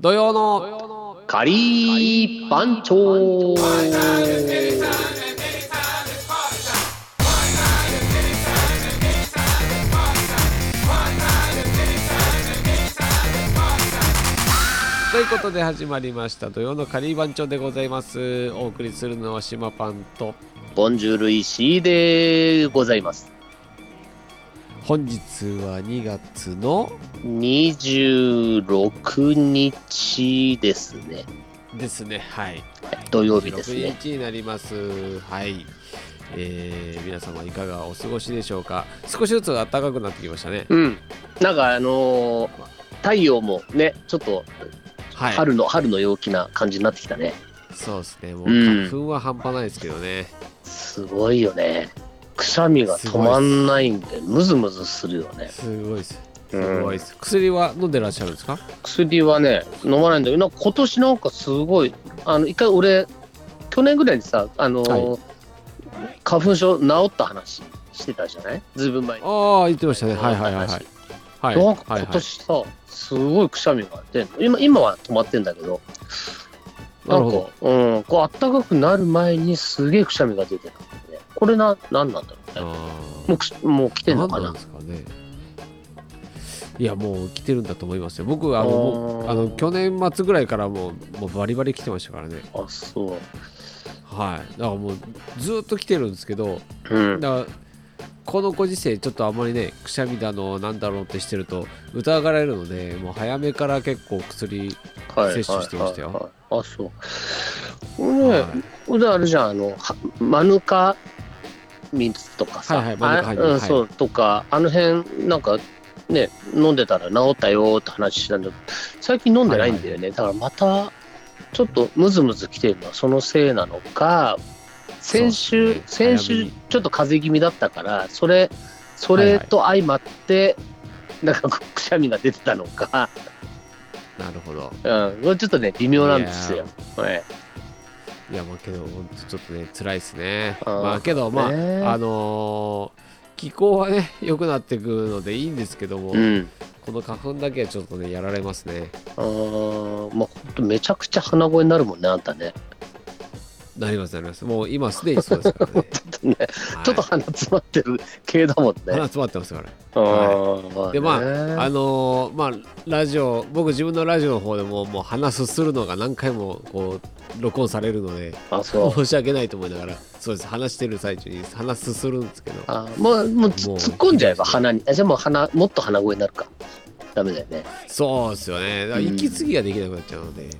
土曜のカリー番長ということで始まりました土曜のカリー番長でございますお送りするのは島パンとボンジュール石井でございます本日は2月の26日ですねですねはい土曜日です26ね日になりますはいえー、皆様いかがお過ごしでしょうか少しずつ暖かくなってきましたねうんなんかあのー太陽もねちょっとはい春の、春の陽気な感じになってきたねそうですねもううん花粉は半端ないですけどね、すごいよねくしゃみが止まんないんでムズムズするよねすごいですすごいです、薬は飲んでらっしゃるんですか薬はね飲まないんだけどなんか今年なんかすごいあの一回俺去年ぐらいにさあのー、花粉症治った話してたじゃないずいぶん前にああ言ってましたねはいはいはいはいはいなんはいか今はい年さ、すごいくしゃみが出んの今今は止まってんだけどなるなんほかどうんこうあったかくなる前にすげえくしゃみが出てたんだよねこれな何なんだろうねあーもうくしもう来てんのか何ななんですかねいやもう来てるんだと思いますよ僕あのもあうーあの去年末ぐらいからもうもうバリバリ来てましたからねあそはいだからもうずっと来てるんですけどううんだからこのご時世ちょっとあんまりねくしゃみだのなんだろうってしてると疑われるのでもう早めから結構薬はい摂取してましたよはいはいはいあそうこれね、であれじゃんあのはマヌカ水とかさ、はいはいマヌカハニーあうはん、いそうとかあの辺なんかね飲んでたら治ったよって話したんだけど最近飲んでないんだよね、だからまたちょっとムズムズきてるのはそのせいなのか先そうで週、すね早先週めにちょっと風邪気味だったからそれそはいれはいと相まって、なんかくしゃみが出てたのか、なるほどうん、これちょっとね微妙なんですいよや。はいいやまあけど本当ちょっとね辛いですねあーまあけどまあ、ねあのー気候はね良くなってくるのでいいんですけども、うんこの花粉だけはちょっとねやられますねあーまあ、ほんとめちゃくちゃ鼻声になるもんね、あんたね。なりますなりますもう今すでにそうですからねねはい ちょっと鼻詰まってる系だもん鼻ね。詰まってますからあーでまねあのーまあラジオ僕自分のラジオの方でももう鼻すするのが何回もこう録音されるのであそう申し訳ないと思いながらそうです話してる最中に鼻すするんですけどあーもうもうつもう突っ込んじゃえば鼻にあじゃあもう鼻もっと鼻声になるかダメだよねそうですよねだから息継ぎができなくなっちゃうので、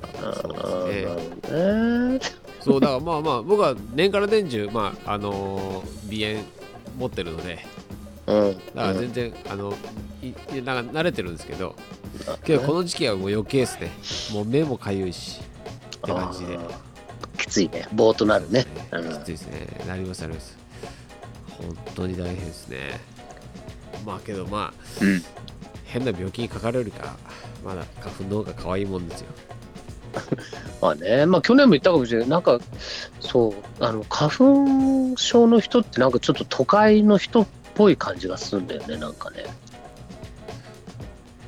そうですねあーねそうだからまあまあ僕は年から年中まああのー鼻炎持ってるのでうんだからうん全然、あのいいなんか慣れてるんですけどけどこの時期はもう余計ですねもう目もかゆいしって感じであーきついねぼーっとなるねそうですうんねきついですねなりますなります本当に大変ですねまあけどまあうん変な病気にかかるよりかまだ花粉の方が可愛いもんですよまあね、まあ去年も言ったかもしれない。なんか、そう、あの、花粉症の人ってなんかちょっと都会の人っぽい感じがするんだよね、なんかね。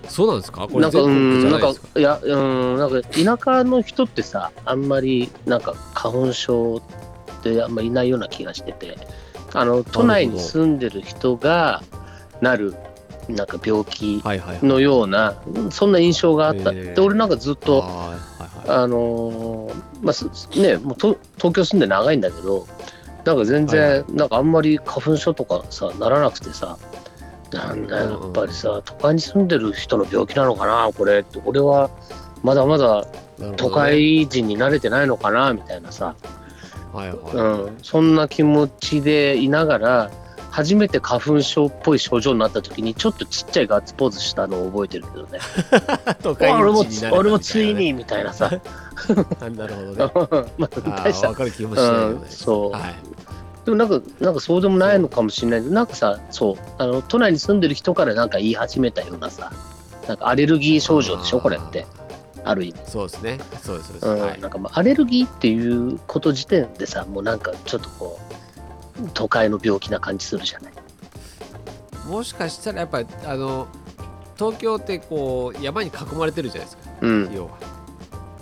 そうなんですかこれなんか、全う国ん、じゃななんいでかすか、いや、うん、なんか田舎の人ってさ、あんまり、なんか花粉症ってあんまりいないような気がしてて、あの、都内に住んでる人がなる、なんか病気はいはいはいのような、そんな印象があった。へえで、俺なんかずっと、あーはいはいあのーまあすね、もうと東京住んで長いんだけど、なんか全然、はいなんかあんまり花粉症とかさ、ならなくてさ、なんだよ、やっぱりさ、都会に住んでる人の病気なのかな、これって、俺はまだまだなるほど都ね会人に慣れてないのかな、みたいなさ、はいはいうん、そんな気持ちでいながら、初めて花粉症っぽい症状になった時に、ちょっとちっちゃいガッツポーズしたのを覚えてるけどね、都会俺も人になれたみたいなね俺もついに、みたいなさ、 あなるほどねまああ大しーたわかる気もしないよねうんそうはいでもなんか、なんかそうでもないのかもしれないけど、なんかさ、そう、あの、都内に住んでる人からなんか言い始めたようなさ、なんかアレルギー症状でしょ、あーこれって、ある意味。そうですねそうですそうですうん、はいなんかまあアレルギーっていうこと時点でさ、もうなんかちょっとこう、都会の病気な感じするじゃない。もしかしたらやっぱりあの東京ってこう山に囲まれてるじゃないですかうん、要は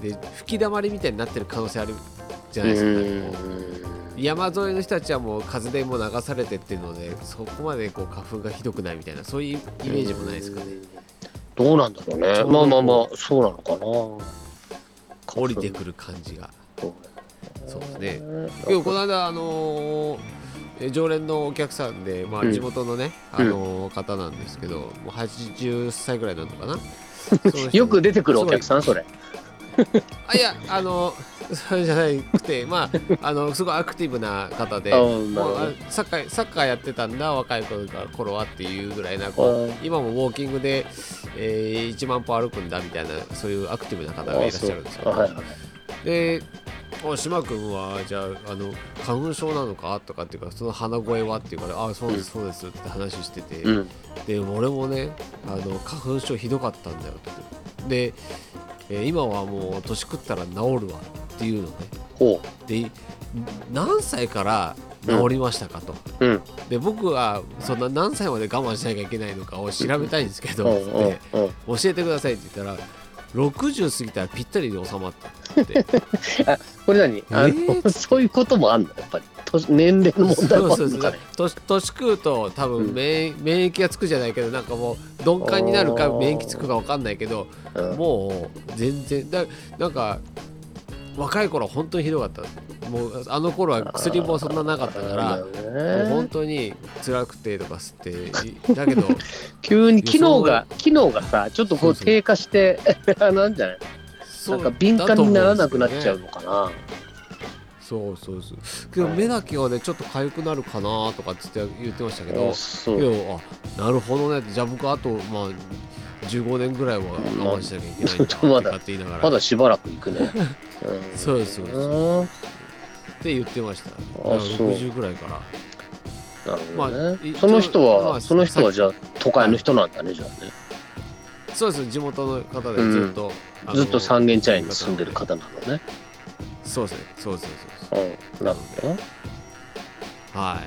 で吹き溜まりみたいになってる可能性あるじゃうないですか、ね、ーん山沿いの人たちはもう風でもう流されてっていうのでそこまでこう花粉がひどくないみたいなそういうイメージもないですかねどうなんだろうちょねうどまあまあまこあそうなのかな降りてくる感じがそうそうですねう今日この間あのーえ常連のお客さんで、まあ、うん地元のね、あのー方なんですけどもう80歳ぐらいなのかなその人 よく出てくるお客さんすごそいれあいやあのそれじゃなくてまああのすごいアクティブな方であーなるもほうどあサッカーサッカーやってたんだ若い頃から頃はっていうぐらいなこうあー今もウォーキングで、えー1万歩歩くんだみたいなそういうアクティブな方がいらっしゃるんですけど、あそうはいはいでお島君はじゃああの花粉症なのかとかっていうかその鼻声はっていうからあそうですそうですって話してて、うんで俺もねあの花粉症ひどかったんだよってで、えー今はもう年食ったら治るわっていうのねほで何歳から治りましたかと、ううんで僕はそんな何歳まで我慢しなきゃいけないのかを調べたいんですけど、うっつんっうんてうん教えてくださいって言ったら60過ぎたらぴったりで収まったってこれ何あの、えーそういうこともあんのやっぱり年年齢の問題もあるのかね年年食うと多う分ん免,、免疫がつくじゃないけどなんかもう鈍感になるかあー免疫つくか分かんないけどうんもう全然だなんか若い頃は本当にひどかったもうあの頃は薬もそんななかったからもうら本当に辛くてとか吸っていだ けど急に機能が機能がさちょっとそこううそう低下して あなんじゃないそなうんか敏感にならなくなっちゃだと思んですよねうのかなそうそうそう。けど目だけはね、ちょっと痒くなるかなとかっつって言ってましたけど、あそうけど、あなるほどねって、じゃあ僕、あと、まあ、15年ぐらいは我慢しなきゃいけないんだ うんまあとかって言いながら、まだしばらく行く ね。そうですそうですうんって言ってました。だからそう60ぐらいから。なるほまどあね一。応その人まあは、その人さっはきじゃあ都会の人なんだね、じゃあね。そうです、地元の方でずっと。あのずっと三軒茶屋に住んでる。方なのね。そうですね、そうですね、そうですね。うん、なるほどね。は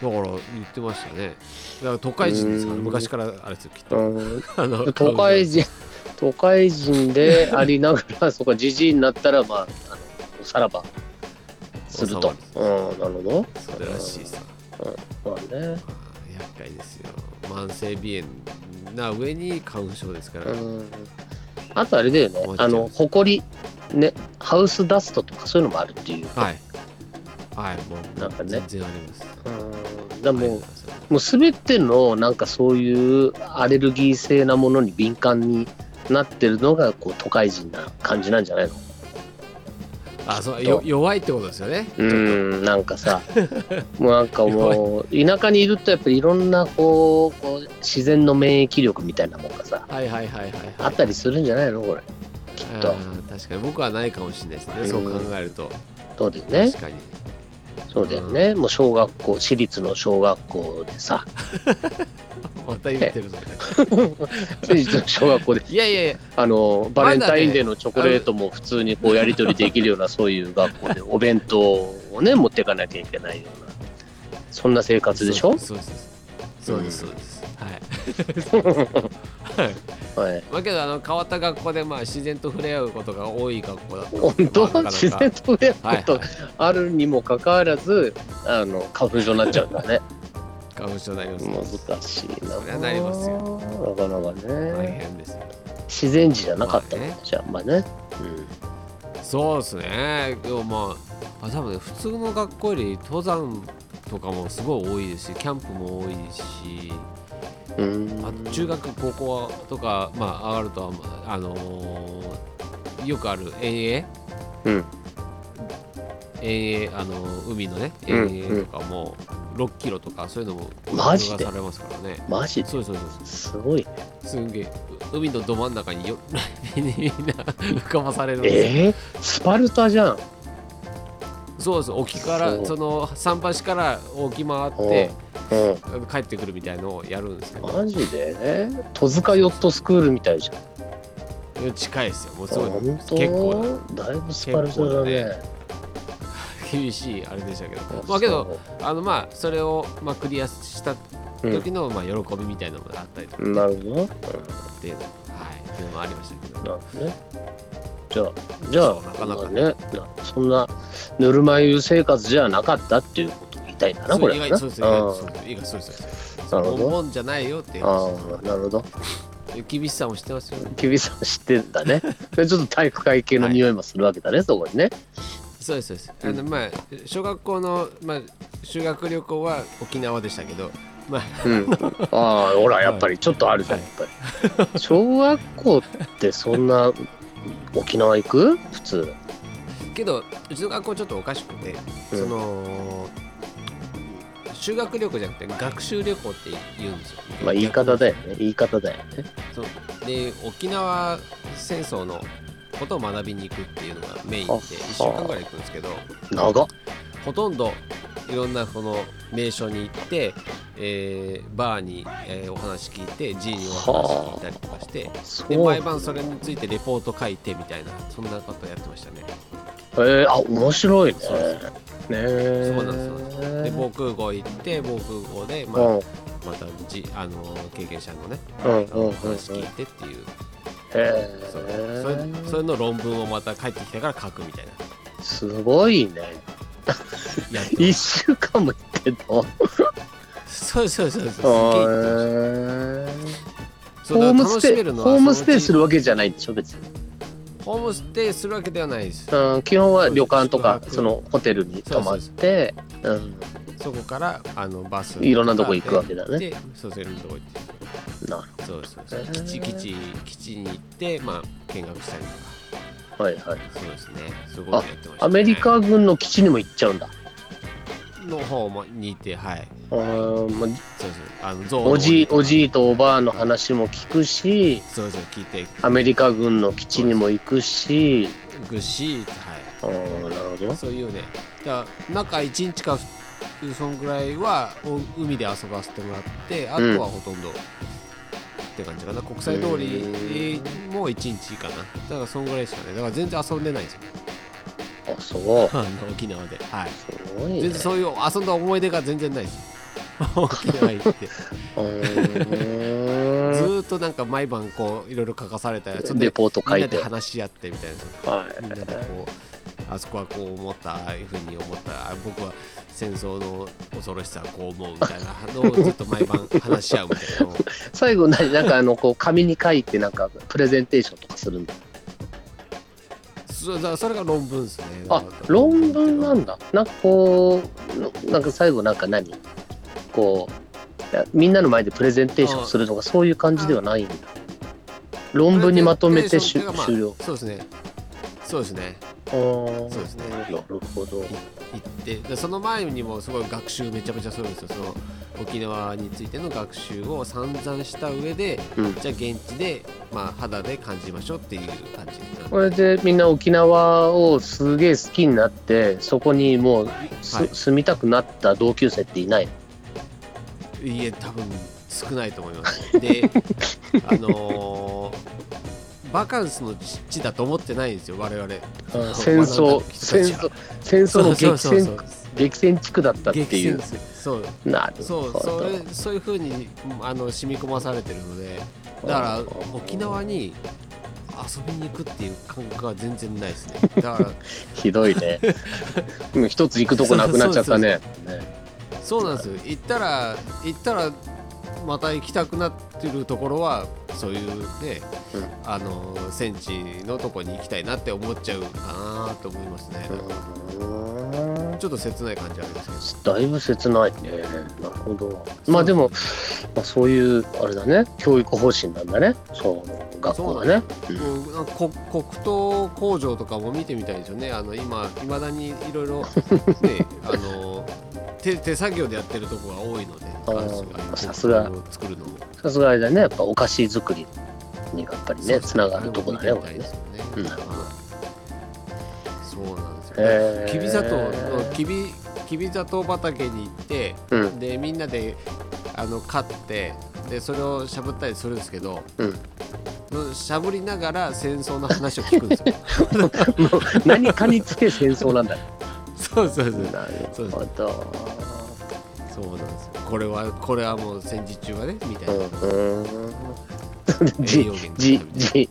い。だから言ってましたね。だから都会人ですから、うん昔からあれですよ、きっと。うんあの都会人、 都会人でありながら、そこか、じじいになったら、まあ、あのさらばすると。おうさん、なるほど。それらしいさ。まあね。まあ厄介ですよ慢性鼻炎な上に花粉症ですから、うん。あとあれだよねもう、一つあの、ほこり、ね、ハウスダストとかそういうのもあるっていう。はいはいもうなんかね全然ありますうん、だからもうありますよもう全てのなんかそういうアレルギー性なものに敏感になってるのがこう都会人な感じなんじゃないのあそうよ弱いってことですよねうーんなんか さもうなんかもう田舎にいるとやっぱりいろんなこうこう自然の免疫力みたいなもんがさはいはいはいはいはいあったりするんじゃないのこれきっとあー確かに僕はないかもしれないですね、うんそう考えるとそうだよね確かにそうだよねもう小学校私立の小学校で さまた言ってるぞ私立の小学校でいやいやいやあのバレンタインデーのチョコレーまだトも普通にこうやり取りできるようなそういう学校でお弁当をね持っていかなきゃいけないようなそんな生活でしょそうそうですそうですそうです、はいはいはいまあけどあの変わった学校でまあ自然と触れ合うことが多い学校だったので本当まあなかなか自然と触れ合はういこはといあるにもかかわらずあの花粉症になっちゃうんだね花粉症になりますね難しいなそりゃなりますよなかなか大ね変ですよ自然時じゃなかったもんねまあじゃあまあねそうですねでもまああ多分ね普通の学校より登山とかもすごい多いですしキャンプも多いしうんあと中学高校とかまあ上がるとはあのーよくある遠泳うん遠泳あのー海のねうん遠泳とかも6キロとかそういうのもマジでされますからねマジそうそうそうすごいすんげえう海のど真ん中によ みんな浮かばされるんですよえー、スパルタじゃんそうです沖からそうその桟橋から沖回ってうんうん帰ってくるみたいのをやるんですけどマジで戸塚ヨットスクールみたいじゃん。近いですよもうすごい本当結構だいぶスパルタだね。厳しいあれでしたけどまあけどあのまあそれをまあクリアしたそう、時のまあ喜びみたいなのもあったりとかうんなるほど。っていうのはいっていうのもありましたけどなるほどね。じゃあ、じゃあそう、なかなかね、なそんなぬるま湯生活じゃなかったっていうことを言いたいんだな、こそうれ意は外な。とそうですよ意外とそうですよ意外とそうですよなボるほンど。ボンじゃないよっていうあ話あ、なるほど。厳しさも知ってますよね厳しさを知って んだね。でちょっと体育会系の匂いもするわけだね、そこにね。そうですそうですあのまあ小学校の、まあ、修学旅行は沖縄でしたけどまあうん、ああほらやっぱりちょっとあるじゃん、はやっぱり小学校ってそんな沖縄行く普通けどうちの学校ちょっとおかしくて、うんその修学旅行じゃなくて学習旅行って言うんですよ、まあ言い方だよね言い方だよねそうで沖縄戦争のことを学びに行くっていうのがメインであ1週間ぐらい行くんですけど長っほとんどいろんなこの名所に行って、えーバーに、えーお話聞いて G にお話聞いたりとかしてそうで毎晩それについてレポート書いてみたいなそんなことやってましたねえー、あ面白いねそうでねえそうなんですよで防空壕行って防空壕で、うまあんまたじあの経験者のねうんうんうんうんお話聞いてっていうへえそうそれそれの論文をまた帰ってきてから書くみたいなすごいねやってま1す週間も行ってんのそうそうそうそうすへげえ行ってましたーそうだホーからムス楽テしイめるのはホームステイすそのるわけじゃないんでしょ別にうちホームステイするわけではないですうん、基本は旅館とかそうですそのホテルに泊まってうんそこからあのバスいろんなとこ行くわけだねでそうそういろんなとこ行ってなるそうですそうへでーす基地基地基地に行ってまあ見学したりとかほどはいはいそうですねすごいのやってました、ね、アメリカ軍の基地にも行っちゃうんだの方もにいてはいうんそうまあですあのゾウの方おじいとかおじいとおばあの話も聞くしそうそう聞いてアメリカ軍の基地にも行くしいくしはいうんなるほどそういうね。だから中1日かそんぐらいはお海で遊ばせてもらって、あとはほとんど、って感じかな。国際通りも1日かな。だからそんぐらいですかね。だから全然遊んでないんですよ。あそうあの沖縄で。はい。すごいね全然そういう遊んだ思い出が全然ないです。沖縄行って。ずうんーっとなんか毎晩こういろいろ書かされたやつでレポート書みんないでて話し合ってみたいな。はみんなでこうあそこはこう思ったああいうふうに思ったあ僕は戦争の恐ろしさはこう思うみたいなのをずっと毎晩話し合うみたいなのをい最後何なんかあのこう紙に書いてなんかプレゼンテーションとかするんだそだそれが論文ですねだあから論文なんだなんかこうなんか最後なんか何こういやみんなの前でプレゼンテーションするとかそういう感じではないんだ論文にまとめてしゅプレゼンテーションっていう終了かまあそうですねそうですねあーそうですねなるほど行ってでその前にもすごい学習めちゃめちゃするんですよその沖縄についての学習を散々した上でうんじゃあ現地で、まあ、肌で感じましょうっていう感じになるこれでみんな沖縄をすげえ好きになってそこにもうす、はい住みたくなった同級生っていないいえ多分少ないと思います であのーバカンスの地だと思ってないんですよ我々 戦争戦争戦争の激戦激戦地区だったって激い戦うですそうなるそうほそどれそういうふうにあの染み込まされてるのでだから沖縄に遊びに行くっていう感覚は全然ないですねだからひどい ね。うん一つ行くとこなくなっちゃったね。ねそうなんですよ行ったら行ったらまた行きたくなってるところはそういうね、うんあの戦地のとこに行きたいなって思っちゃうかなと思いますね、うんちょっと切ない感じありますけどだいぶ切ないね。なるほど。まあでも、まあ、そういうあれだね。教育方針なんだね。そう学校はね。もうなんかこ黒糖工場とかも見てみたいですよねあの今いまだにいろいろ ねあの手手作業でやってるとこが多いのでーガラスが黒さすが糖を作るのもさすがあれだね。やっぱお菓子作りにやっぱりそうねそうつながるとこだあね。れもこ見れてみたいでねすよねうんそうなんですよ、ねへーきび砂糖のきびきび砂糖畑に行ってうんでみんなであの飼ってでそれをしゃぶったりするんですけどうん、もしゃぶりながら戦争の話を聞くんです よう 何かにつけ戦争なんだね。そうそうそうなるほそど。うなんですよこれはこれはもう戦時中はねみたいな、うんうん。栄養源だったみたいなじじ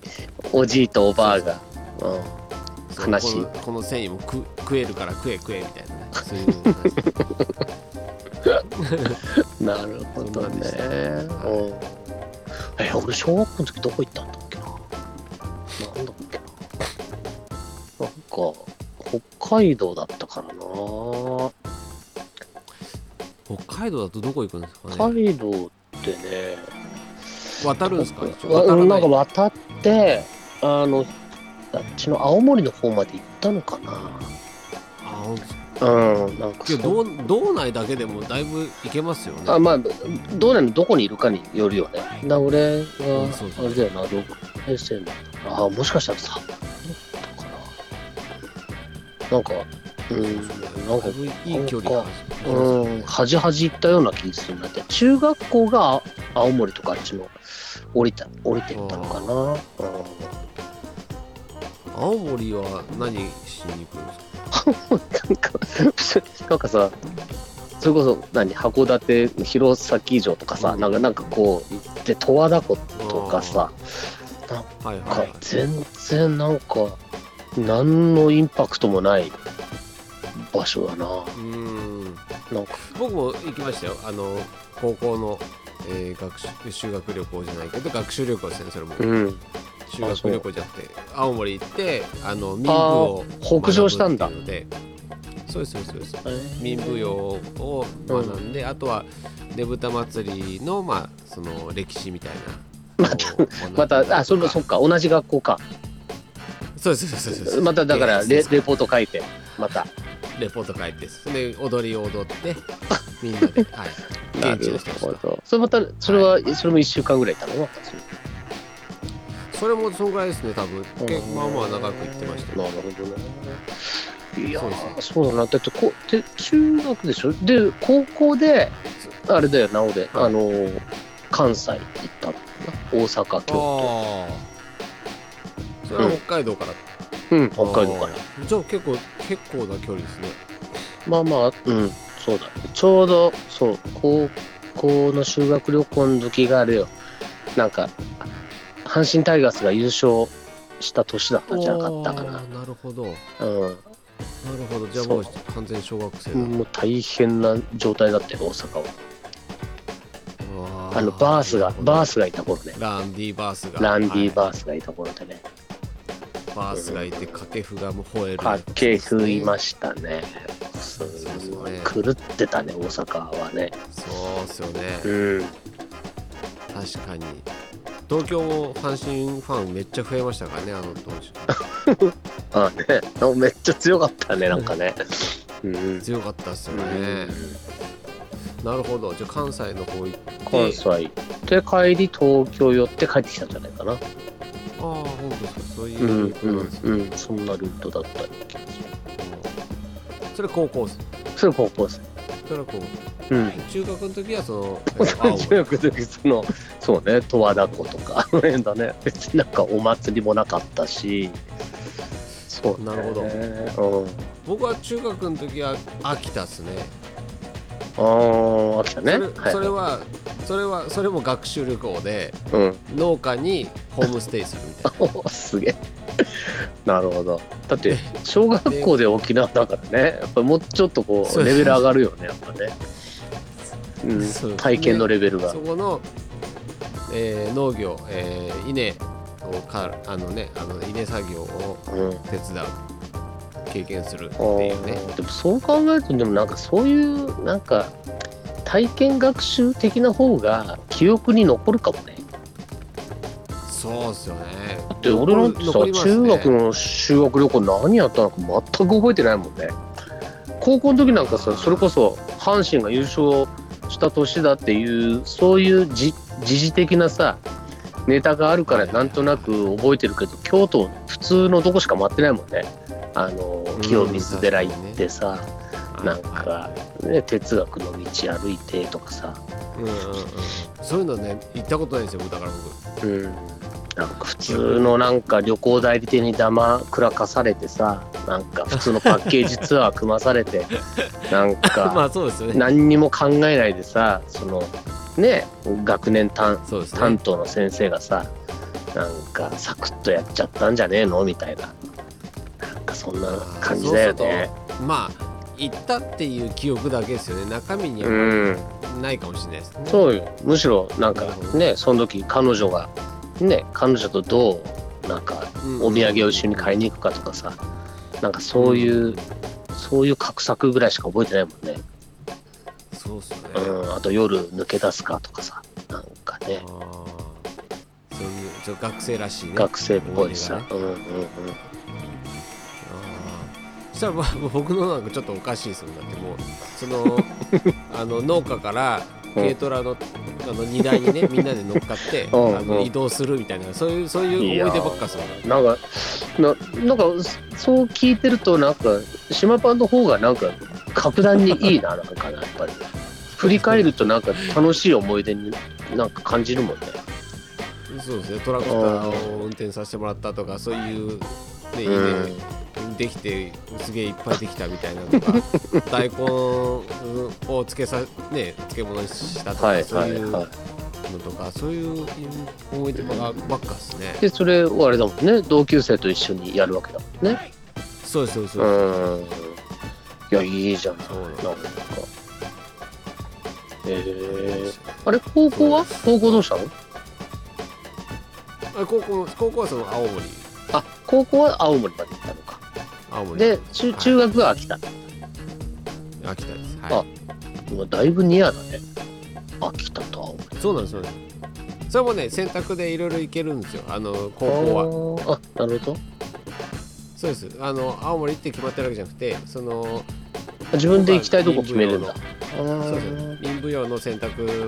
おじいとおばあがうそう悲しこいのこの繊維もく食えるから食え食えみたいなねそういう話 ん、なるほどそんなんねでした。うんえ、俺、小学校の時どこ行ったんだっけな。なんだっけな。なんか、北海道だったからな。北海道だとどこ行くんですか北ね海道ってね、渡るんですか一応わ渡らななんいか渡って、あの、あっちの青森の方まで行ったのかあ本当な。うん、なんかいやそう。道道内だけでもだいぶ行けますよねあまあ、どうなのどこにいるかによるよね。な俺がんそう、あそうれだよな、6年生の。あもしかしたら札幌だったかな。なんか、うん、なんだかい、ぶいい距離感うん、端々行ったような気がするなって。中学校が青森とかあっちの降りた、降りてったのかな。うん青森は何しに行くんですかなんか、なんかさ、それこそ何、函館、弘前城とかさ、うんなんかなんかこう、行って、十和田湖とかはさ、いはいなはんいか全然なんか、何のインパクトもない場所だな。うんなんか、僕も行きましたよあの高校の、えー学習修学旅行じゃないけど学習旅行ですねそれも、うん、修学旅行じゃなくて青森行ってあの民舞を北上したんだ。学ぶっていうのでそうですそうですそうです民舞踊を学んで、あとはねぶた祭りの,、まあその歴史みたいなのを学んだりとか また、あ、それもそっか、同じ学校か。そうですそうですそうですまただからそうでレ、すレポート書いて、また。レポート書いてで踊りを踊ってみんな で、はい、現地の人たちとど。それまた、それは、それも1週間ぐらいいたのそれもそんぐらいですね多分けうんまあまあ長く行ってましたよなるほどね。いやそうーそうだな。だってこう、で、中学でしょで、高校で、あれだよな、おで、はいあのー、関西行ったのかな。大阪、京都。ああそれは北海道からうん、北海道から。らじゃあ結構結構な距離ですねまあまあ、うん、そうだ。ちょうど、そう、高校の修学旅行の時があれよ。なんか、阪神タイガースが優勝した年だったんじゃなかったかおーなるほどなるな。うん。ほどじゃあもうそ完全小学生だ、もう大変な状態だったよ、大阪は。あの、バースが、バーススがいた頃ね。ランディバースがランディ・はバースがいた頃でいね。バースがいて掛布がもう吠えるかっけえ食いまししたね。すそうごいですね狂ってたね、大阪はね。そうっすよねうん。 確かに東京も阪神ファンめっちゃ増えましたからねあの当時あね、なんかめっちゃ強かったね、なんかね。 うん。強かったっすようんね、なるほどじゃあ関西の方行って関西行って帰り東京寄って帰ってきたんじゃないかな。ああ本当ですかそういううんこうとなんんですね、うん。そんなルートだったような気がするそれ高校っすそれ高校生。それは高校うん。中学の時はその 青森中学の時そのそうね十和田湖とかあの辺だね別になんかお祭りもなかったしそう、なね、るほ僕は中学の時は秋田っすねど、うん、ああ秋田ねそれそれははそれはそれも学習旅行でい、うん農家にホームステイするみたいなおーすげえなるほどだって小学校で沖縄だからねやっぱりもうちょっとこそううレベル上がるよねやっぱね、そううん、体験のレベルが、そこの、えー農業、えー稲をかあのねあの稲作業をうん手伝う経験するってあーいうねでもそう考えるとでもなんかそういうなんか体験学習的な方が記憶に残るかもね。そうっす よねで俺なんてさ、残りますね中学の修学旅行何やったのか全く覚えてないもんね。高校の時なんかあさーそれこそ阪神が優勝した年だっていうそういうじ時事的なさネタがあるからなんとなく覚えてるけど京都普通のどこしか回ってないもんね。あのうん清水寺行ってさ。なんはいか、ね、哲学の道歩いてとかさ、うんうんうん、そういうのね行ったことないんですよだから僕うん、なんか普通のなんか旅行代理店にだまくらかされてさなんか普通のパッケージツアー組まさ れてなんまかあそうですよね何にも考えないでさそのね学年担そうですね担当の先生がさなんかサクッとやっちゃったんじゃねえのみたいななんかそんな感じだよねまあ行ったっていう記憶だけですよね中身にうはんないかもしれないですね、そうよむしろなんかねその時彼女がね彼女とどうなんかうんお土産を一緒に買いに行くかとかさなんかそういうそういう画策ぐらいしか覚えてないもんね、そうっすね、うん、あと夜抜け出すかとかさなんかねあーそういうちょっと学生らしいね学生っぽいさ思出がね、うんうんうん、あーそしたらまあ僕のなんかちょっとおかしいですよだってもうそ のあの農家からうん軽トラのあの荷台にねみんなで乗っかってうんあのうん移動するみたいなそういうそういう思い出ばっかするなんかななんかそう聞いてるとなんか島パンの方がなんか格段にいい ななんかなやっぱり振り返るとなんか楽しい思い出になんか感じるもんねそうですねトラクターを運転させてもらったとかそういうね家で、うんできてすげえいっぱいできたみたいなと か大根をつけさね漬物にしたとか、はいそうはいいうはのとかそういう思い出ばっかですねい。でそれをあれだもんね同級生と一緒にやるわけだもんねそうですそうですそううですんいやいいじゃんそうなんですなんかへえあれ高校は高校どうしたのあ高校高校はその青森あ高校は青森まで行ったのか青森で中中学は秋田秋田です。あはうわだいぶニアだね秋田と青森い。そうなんですよね。それもね選択でいろいろ行けるんですよ。あの高校は。はあなるほどそうです。あの青森って決まってるわけじゃなくてその自分で行きたいとこ決めるんだそううです民舞踊の選択を取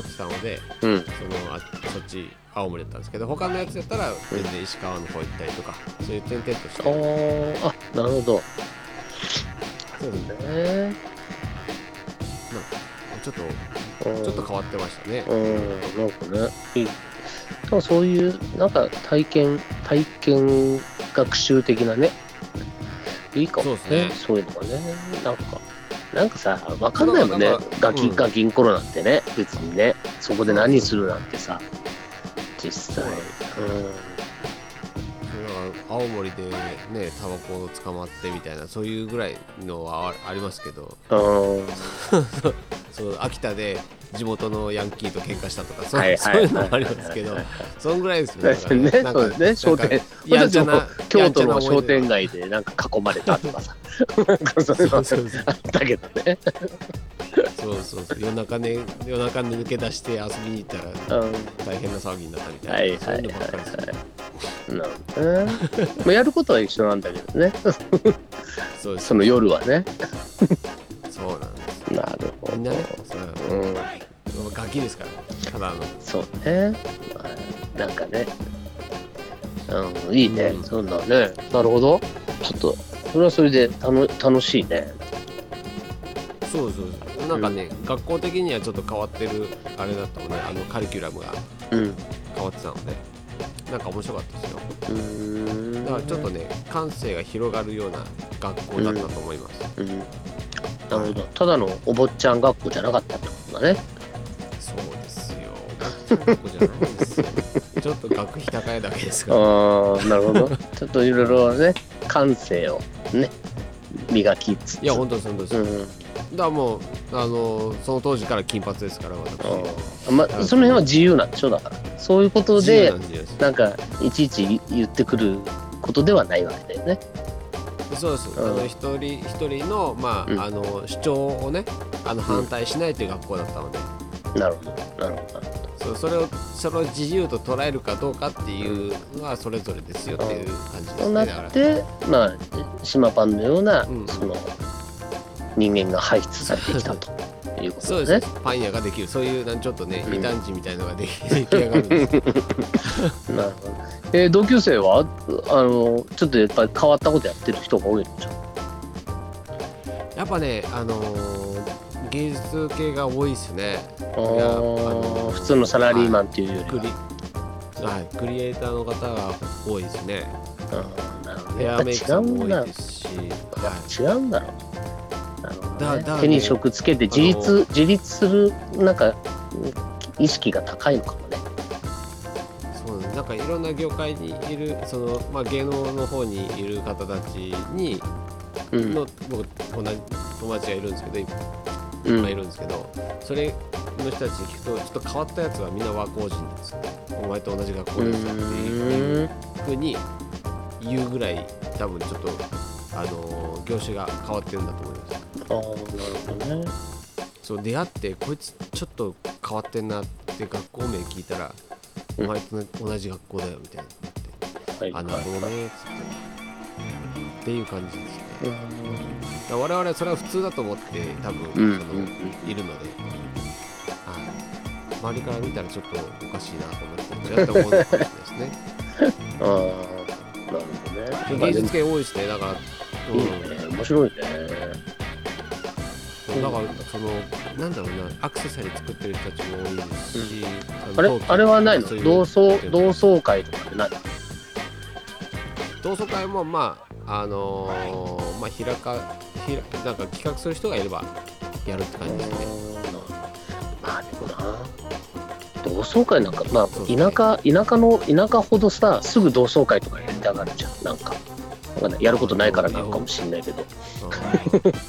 ってたのでうんそのあそっち青森だったんですけど他のやつだったら全然石川の方行ったりとかそういう点々としてあーあなるほどそうですねねちょっとちょちょっと変わってましたね。うんなんかねいいなんかそういうなんか体験体験学習的なねいいかもねそうそうですねいうのがねなんかなんかさ分かんないもんねなんかなんかガキうんガキンコロなんてね別にねそこで何するなんてさ実際うだから青森でねタバコを捕まってみたいなそういうぐらいのはあありますけどんうんそう秋田で地元のヤンキーと喧嘩したとかそう,、はいそうはいいうのもありますけどそんぐらいですよねだからねなんかそうですね商店やんちゃな京都の商や店んち街でなんか囲まれたとかさ なんかそういゃうなの 思い出がそうそうそうあったけどねそうそうそう夜中ね夜中抜け出して遊びに行ったらう大変な騒ぎになったみんはたいないはいはそういういのばっかりですよはいなるほどねまあやることは一緒なんだけどねそうですその夜はねそうなんですよなるほどみんなねそううんガキですからただのそうね、まあ、なんかねうんいいね、うんそんなねなるほどちょっとそれはそれで楽楽しいねそうそうそうなんかね、学校的にはちょっと変わってるあれだったもんねあのカリキュラムがうん変わってたのでなんか面白かったですようんだからちょっとね感性が広がるような学校だったと思います、うんなるほどただのお坊ちゃん学校じゃなかったってことだねそうですよ学校じゃないです よちょっと学費高いだけですからああなるほ どちょっといろいろね感性をね磨きつついや本当です本当です、だうかんらもうあのその当時から金髪ですから私あまあその辺は自由なんでしょだからそういうこと自由でなんですなんかいちいち言ってくることではないわけだよねそうです、んあの一人一人の,、まあうんあの主張をねあの反対しないという学校だったので、なるほどなるほどそうそれをそれを自由と捉えるかどうかっていうのはそれぞれですよっていう感じですそうねなだからってまあ島パンのような、うんその人間が排出されてきたというこそうとですでねパン屋ができるそういうなんちょっとねうん異端児みたいのができ出来上がるんですよすねなるほどえー同級生はあのちょっとやっぱり変わったことやってる人が多いのじゃんやっぱねあのー芸術系が多いですねあいやあのー普通のサラリーマンっていうよクりリは、はい、クリエイターの方が多いですねうんなるほどヘやアっぱメイク違さんうも多んだいですし、やはっぱ違うんだろう。なるほどだだからねね手に職つけて自あ立自立するなんか意識が高いのかもね。い、そうなんですなんかかいろんな業界にいるその、まあ、芸能の方にいる方たちにうんの僕同じ友達がいるんですけどいっうぱいいんるんですけど、それの人たちに聞くとちょっと変わったやつはみんな和光人なんですよお前と同じ学校ですっていうふうに言うぐらい多分ちょっとあのー業種が変わってるんだと思います。ああなるほどねそう出会ってこいつちょっと変わってんなって学校名聞いたら、うんお前と同じ学校だよみたいなはいあなはいるほどはいねっつってっていう感じですねうだから我々はそれは普通だと思って多分、うんそのうんいるので、はい、周りから見たらちょっとおかしいなと思って違った思うのかもしれないですんああなるほどねね まあ芸でも術系多いですねだから、いいうんね面白いねそうだからそのなんだろうなアクセサリー作ってる人たちも多いですし、のあれ陶器あれはないのそういう同窓っていうの同窓会とかってない同窓会もまああのーまあ開かひらなんか企画する人がいればやるって感じですね。まあでもな同窓会なんかまあそう田舎、田舎の田舎ほどさすぐ同窓会とかやりたがるじゃんなんかわかんないやることないからなのかもしんないけどあ ー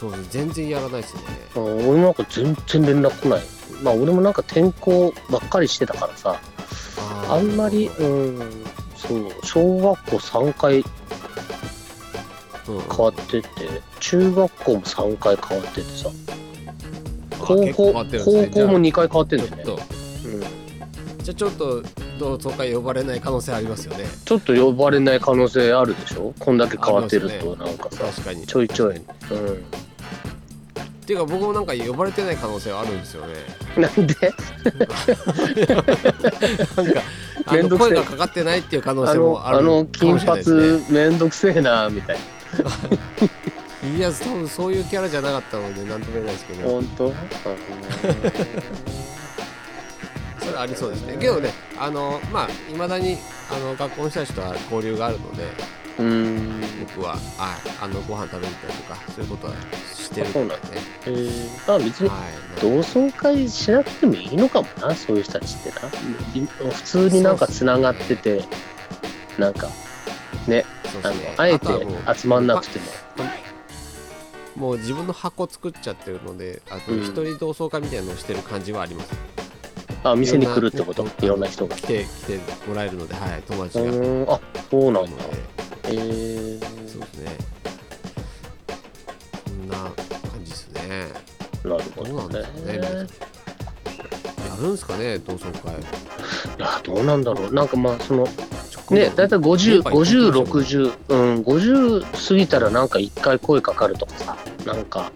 そうですね全然やらないですね。うん俺もなんか全然連絡来ないまあ俺もなんか転校ばっかりしてたからさあんまりううんそう小学校3回変変わってて中学校も3回変わっててさ高校高校も2回変わってんだよねちょっうんとじゃあちょっと同窓会呼ばれない可能性ありますよね。ちょっと呼ばれない可能性あるでしょこんだけ変わってるとなんかさ、確かに。ちょいちょいっうんていうか僕もなんか呼ばれてない可能性はあるんです よね。なんでなんかあめんのどくせえ声がかかってないっていう可能あ性のもあるあのか金もしれない髪ですね。めんどくせえなみたいいや多分そういうキャラじゃなかったのでなんとも言えないですけなど。本当それありそうですねけどねあのまあいまだにあの学校の人たちとは交流があるので うーん僕はああのご飯食べに行ったりとかそういうことはしてるあそうなんねえーまあ別にはい同窓会しなくてもいいのかもなそういう人たちってな普通になんかつながっててなんそうかであすのねあえてとはもう集まんなくてももう自分の箱作っちゃってるのであとうん一人同窓会みたいなのをしてる感じはあります、あ店に来るってこといいろろんんなな人が来て来てもらえるのではい友う達がーんあそうな多いんだのでえーそうですねこんな感じですねなるほどうなどんですかね皆さんねやるんですかね同窓会いやどうなんだろうなんかまあそのねね大体505060うん50過ぎたらなんか一回声かかるとかさなんか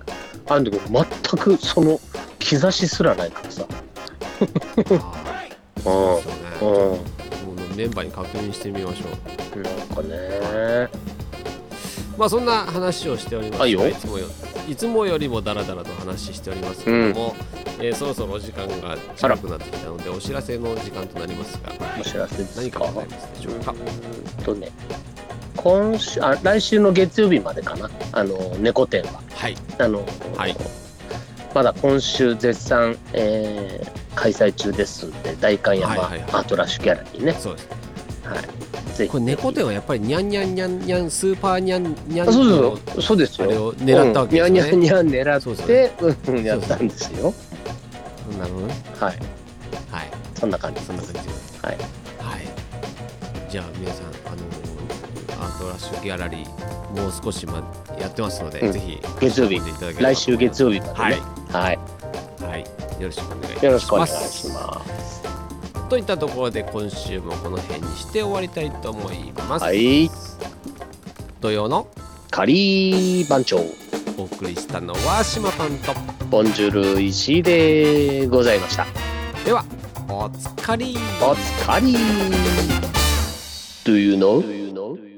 あるんだけど全くその兆しすらないからさあうあそんうですうよねんこのメンバーに確認してみましょうなんかねまあそんな話をしておりますがはいよいつもよいつもよりもダラダラと話しておりますけども、えーそろそろお時間が近くなってきたのでお知らせの時間となりますがお知らせで何すかかございますでしょうかうんとね今週あ来週の月曜日までかなあの猫展ははいあの、はいまだ今週絶賛、えー開催中ですので代官山はいはいはいアートラッシュギャラリーね、そうですはい、ぜひこれ猫展はやっぱりニャンニャンニャンニャンスーパーニャンニャンあそうそうそうそうですあれよを狙ったわけですようんね、にゃんにゃん狙ってそううそんうんやったんですよなるほどねははいいそんな感じそんな感じですはいはい。じゃあ皆さん、あのアートラッシュギャラリー、もう少しまやってますので、うんぜひ月曜日見ていただければ来週月曜日までねはい、はい。はい。よろしくお願いいたします。よろしくお願いしますといったところで、今週もこの辺にして終わりたいと思います。はい土曜の仮番長お送りしたのは島パンと。ボンジュール石井でございましたでは、おつかり。おつかり Do you know? Do you know?